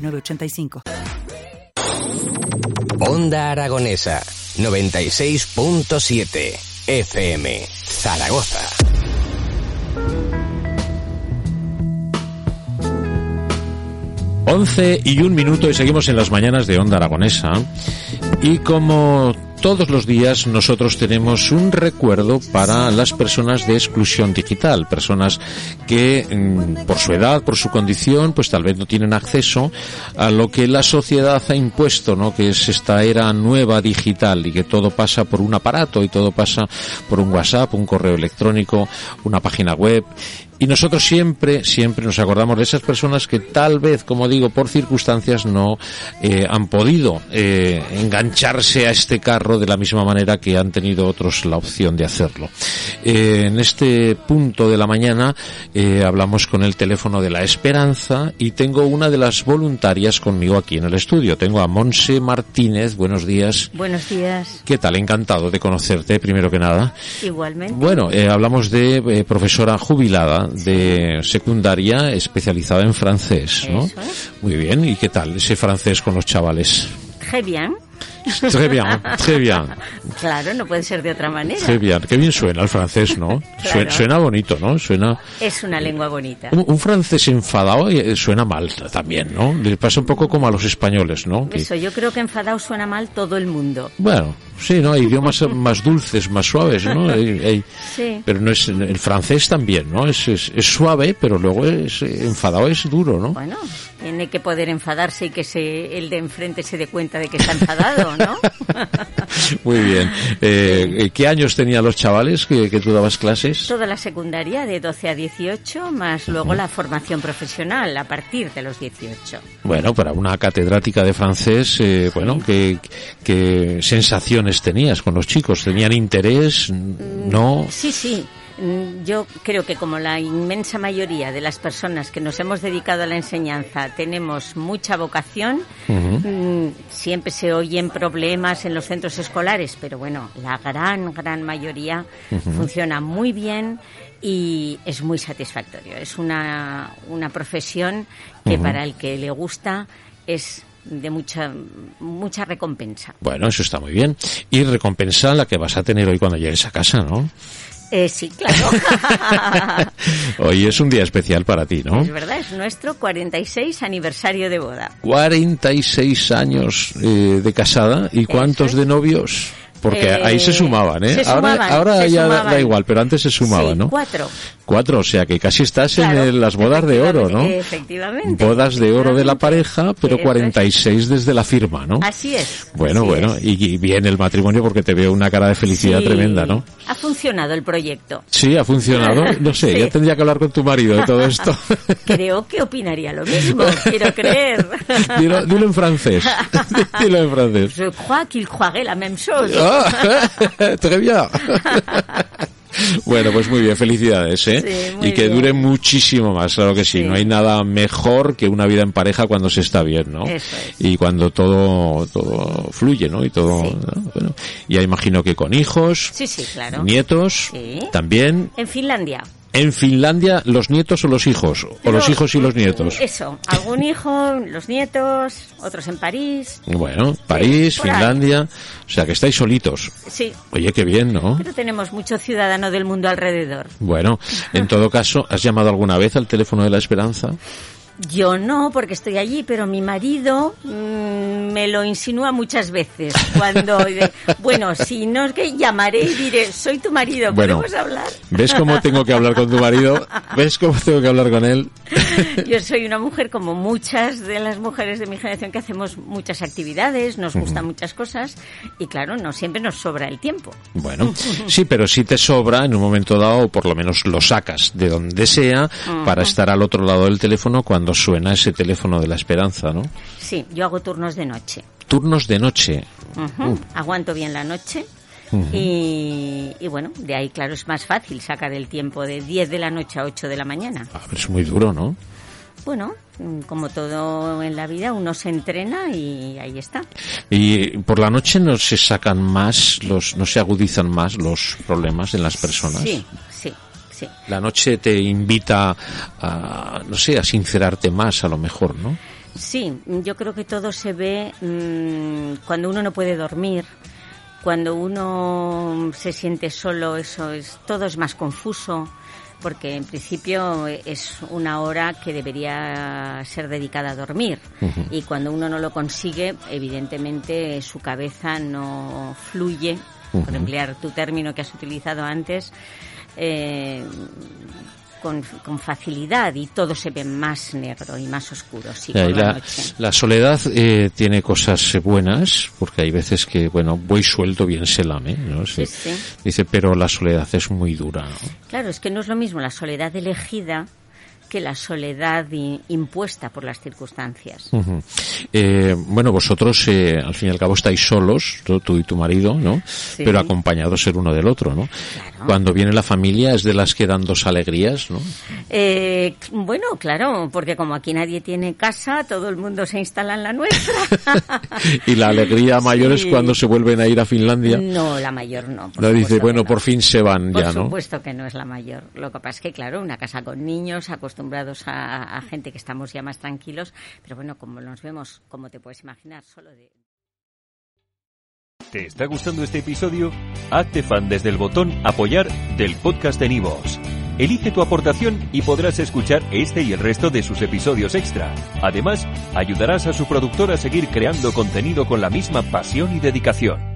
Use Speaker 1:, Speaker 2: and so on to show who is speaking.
Speaker 1: 985.
Speaker 2: Onda Aragonesa, 96.7 FM, Zaragoza.
Speaker 3: Once y un minuto y seguimos en las mañanas de Onda Aragonesa. Y como todos los días nosotros tenemos un recuerdo para las personas de exclusión digital, personas que mm, por su edad, por su condición, pues tal vez no tienen acceso a lo que la sociedad ha impuesto, ¿no? Que es esta era nueva digital y que todo pasa por un aparato y todo pasa por un WhatsApp, un correo electrónico, una página web y nosotros siempre, siempre nos acordamos de esas personas que tal vez, como digo, por circunstancias no eh, han podido eh, engancharse a este carro de la misma manera que han tenido otros la opción de hacerlo. Eh, en este punto de la mañana eh, hablamos con el teléfono de la esperanza y tengo una de las voluntarias conmigo aquí en el estudio. Tengo a Monse Martínez. Buenos días.
Speaker 4: Buenos días.
Speaker 3: ¿Qué tal? Encantado de conocerte, primero que nada.
Speaker 4: Igualmente.
Speaker 3: Bueno, eh, hablamos de profesora jubilada de secundaria especializada en francés, ¿no? Eso. Muy bien, ¿y qué tal ese francés con los chavales?
Speaker 4: Très bien.
Speaker 3: Très bien, très bien.
Speaker 4: Claro, no puede ser de otra manera.
Speaker 3: Très bien, qué bien suena el francés, ¿no? Claro. Suena, suena, bonito, ¿no? Suena.
Speaker 4: Es una lengua bonita.
Speaker 3: Un, un, francés enfadado eh, suena mal también, ¿no? Le pasa un poco como a los españoles, ¿no?
Speaker 4: Eso, que... yo creo que enfadado suena mal todo el mundo.
Speaker 3: Bueno, sí, ¿no? Hay idiomas más dulces, más suaves, ¿no? Hay, hay... Sí. Pero no es el francés también, ¿no? Es, es, es suave, pero luego es eh, enfadado es duro, ¿no?
Speaker 4: Bueno, tiene que poder enfadarse y que se, el de enfrente se dé cuenta de que está enfadado, ¿no?
Speaker 3: Muy bien. Eh, ¿Qué años tenían los chavales que, que, tú dabas clases?
Speaker 4: Toda la secundaria, de 12 a 18, más luego uh -huh. la formación profesional a partir de los 18.
Speaker 3: Bueno, para una catedrática de francés, eh, sí. bueno, ¿qué, ¿qué sensaciones tenías con los chicos? ¿Tenían interés?
Speaker 4: Mm.
Speaker 3: ¿No?
Speaker 4: Sí, sí Mm, yo creo que como la inmensa mayoría de las personas que nos hemos dedicado a la enseñanza tenemos mucha vocación, uh -huh. siempre se oyen problemas en los centros escolares, pero bueno, la gran, gran mayoría uh -huh. funciona muy bien y es muy satisfactorio. Es una, una profesión que uh -huh. para el que le gusta es de mucha mucha recompensa.
Speaker 3: Bueno, eso está muy bien. Y recompensa la que vas a tener hoy cuando llegues a casa, ¿no?
Speaker 4: Eh, sí, claro.
Speaker 3: Hoy es un día especial para ti, ¿no?
Speaker 4: Es verdad, es nuestro 46 aniversario de boda.
Speaker 3: 46 años eh, de casada y cuántos es. de novios. Porque eh, ahí se sumaban, ¿eh?
Speaker 4: Se sumaban,
Speaker 3: ahora ahora
Speaker 4: se
Speaker 3: ya
Speaker 4: sumaban.
Speaker 3: da igual, pero antes se sumaban, sí, ¿no?
Speaker 4: Cuatro.
Speaker 3: Cuatro, o sea que casi estás claro, en el, las bodas de oro, ¿no?
Speaker 4: Efectivamente.
Speaker 3: Bodas efectivamente. de oro de la pareja, pero 46 desde la firma, ¿no?
Speaker 4: Así es.
Speaker 3: Bueno,
Speaker 4: así
Speaker 3: bueno,
Speaker 4: es.
Speaker 3: Y, y, bien el matrimonio porque te veo una cara de felicidad sí. tremenda, ¿no?
Speaker 4: Ha funcionado el proyecto.
Speaker 3: Sí, ha funcionado. No sé, sí. ya tendría que hablar con tu marido de todo esto.
Speaker 4: Creo que opinaría lo mismo, quiero creer.
Speaker 3: Dilo, dilo en francés. Dilo en francés.
Speaker 4: Je crois qu'il croirait la même chose.
Speaker 3: Ah, très bien. Bueno, pues muy bien, felicidades, ¿eh?
Speaker 4: Sí,
Speaker 3: y que
Speaker 4: bien.
Speaker 3: dure muchísimo más, claro que sí. sí. No hay nada mejor que una vida en pareja cuando se está bien, ¿no?
Speaker 4: Eso es.
Speaker 3: Y cuando todo, todo fluye, ¿no? Y todo, sí. ¿no? bueno. Ya imagino que con hijos,
Speaker 4: claro.
Speaker 3: nietos, también.
Speaker 4: En Finlandia.
Speaker 3: En Finlandia, los nietos o los hijos, o Pero, los hijos y los nietos.
Speaker 4: Eso, algún hijo, los nietos, otros en París.
Speaker 3: Bueno, París, sí, Finlandia, ahí. o sea que estáis solitos.
Speaker 4: Sí.
Speaker 3: Oye, qué bien, ¿no?
Speaker 4: Pero tenemos mucho ciudadano del mundo alrededor.
Speaker 3: Bueno, en todo caso, ¿has llamado alguna vez al teléfono de la esperanza?
Speaker 4: Yo no, porque estoy allí, pero mi marido mmm, me lo insinúa muchas veces. Cuando, bueno, si no es que llamaré y diré, soy tu marido, ¿podemos
Speaker 3: bueno,
Speaker 4: hablar?
Speaker 3: ¿Ves cómo tengo que hablar con tu marido? ¿Ves cómo tengo que hablar con él?
Speaker 4: Yo soy una mujer como muchas de las mujeres de mi generación que hacemos muchas actividades, nos gustan uh -huh. muchas cosas y claro, no siempre nos sobra el tiempo.
Speaker 3: Bueno, sí, pero si sí te sobra en un momento dado, o por lo menos lo sacas de donde sea, uh -huh. para estar al otro lado del teléfono cuando cuando suena ese teléfono de la esperanza, ¿no?
Speaker 4: Sí, yo hago turnos de noche.
Speaker 3: Turnos de noche.
Speaker 4: Ujú, Aguanto bien la noche. y, y bueno, de ahí, claro, es más fácil sacar el tiempo de 10 de la noche a 8 de la mañana.
Speaker 3: A ver, Ah, es muy duro, ¿no?
Speaker 4: Bueno, mm, como todo en la vida, uno se entrena y ahí está.
Speaker 3: Y por la noche no se sacan más los, no se agudizan más los problemas en las personas.
Speaker 4: Sí, sí, sí.
Speaker 3: La noche te invita a, no sé, a sincerarte más a lo mejor, ¿no?
Speaker 4: Sí, yo creo que todo se ve mm, cuando uno no puede dormir, cuando uno se siente solo, eso es todo es más confuso, porque en principio es una hora que debería ser dedicada a dormir y cuando uno no lo consigue, evidentemente su cabeza no fluye, por emplear tu término que has utilizado antes. eh, con, con facilidad y todo se ve más negro y más oscuro. Sí,
Speaker 3: Ya,
Speaker 4: por
Speaker 3: y
Speaker 4: la
Speaker 3: la,
Speaker 4: noche.
Speaker 3: la soledad eh, tiene cosas eh, buenas, porque hay veces que, bueno, voy suelto bien se lame, ¿no? Se-
Speaker 4: Sí, sí.
Speaker 3: Dice, pero la soledad es muy dura. ¿no?
Speaker 4: Claro, es que no es lo mismo la soledad elegida que la soledad i- impuesta por las circunstancias.
Speaker 3: Ujú. Eh, bueno, vosotros, eh, al fin y al cabo, estáis solos, tú, tú y tu marido, ¿no? Pero acompañados el uno del otro, ¿no?
Speaker 4: Claro.
Speaker 3: Cuando viene la familia es de las que dan dos alegrías, ¿no?
Speaker 4: Eh, c- bueno, claro, porque como aquí nadie tiene casa, todo el mundo se instala en la nuestra.
Speaker 3: y la alegría mayor es
Speaker 4: Sí.
Speaker 3: cuando se vuelven a ir a Finlandia.
Speaker 4: no, la mayor no. por
Speaker 3: La dice,
Speaker 4: supuesto
Speaker 3: bueno,
Speaker 4: que no.
Speaker 3: por fin se van
Speaker 4: Por
Speaker 3: ya, ¿no?
Speaker 4: supuesto que no es la mayor. Lo que pasa es que, claro, una casa con niños, acostumbrados a, a gente que estamos ya más tranquilos, pero bueno, como nos vemos, como te puedes imaginar, solo de...
Speaker 5: ¿Te está gustando este episodio? Hazte fan desde el botón Apoyar del podcast de Nivos. Elige tu aportación y podrás escuchar este y el resto de sus episodios extra. Además, ayudarás a su productor a seguir creando contenido con la misma pasión y dedicación.